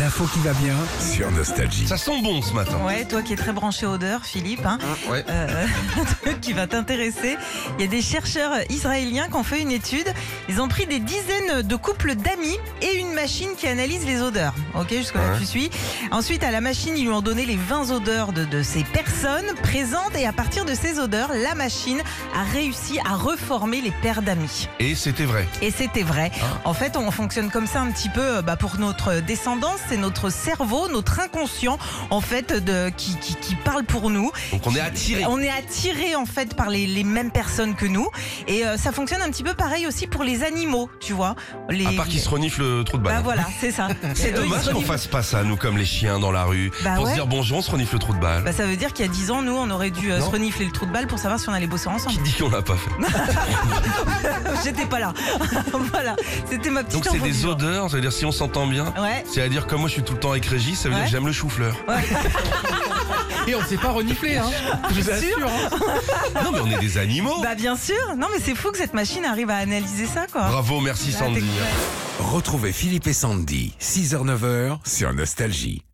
L'info qui va bien. Sur Nostalgie. Ça sent bon ce matin. Ouais, toi qui es très branché odeur, Philippe, hein, Ouais. euh, un truc qui va t'intéresser. Il y a des chercheurs israéliens qui ont fait une étude. Ils ont pris des dizaines de couples d'amis et une machine qui analyse les odeurs. Ok, jusque-là, Ouais. tu suis. Ensuite, à la machine, ils lui ont donné les 20 odeurs de, de ces personnes présentes et à partir de ces odeurs, la machine a réussi à reformer les paires d'amis. Et c'était vrai. Et c'était vrai. Ah. En fait, on fonctionne comme ça un petit peu euh, bah, pour notre descendance. C'est notre cerveau, notre inconscient, en fait, de, qui, qui, qui parle pour nous. Donc on est attiré. On est attiré, en fait, par les, les mêmes personnes que nous. Et euh, ça fonctionne un petit peu pareil aussi pour les animaux, tu vois. Les... À part qu'ils se reniflent le trou de Bah balle. voilà, c'est ça. C'est Eux, ils se dommage qu'on reniflent. fasse pas ça, nous, comme les chiens dans la rue. Bah pour ouais. se dire bonjour, on se renifle le trou de balle. Bah, ça veut dire qu'il y a 10 ans, nous, on aurait dû euh, Non. se renifler le trou de balle pour savoir si on allait bosser Qui ensemble. dit qu'on l'a pas fait J'étais pas là. voilà, c'était ma Donc petite c'est info du des jour. odeurs, ça veut dire si on s'entend bien. Ouais. C'est-à-dire comme moi je suis tout le temps avec Régis, ça veut Ouais. dire que j'aime le chou-fleur. Et on ne s'est pas reniflé, hein. Je vous assure. hein. Non mais on est des animaux. Bah bien sûr. Non mais c'est fou que cette machine arrive à analyser ça quoi. Bravo, merci Ah, t'es Sandy. cool. Retrouvez Philippe et Sandy, 6h-9h, sur Nostalgie.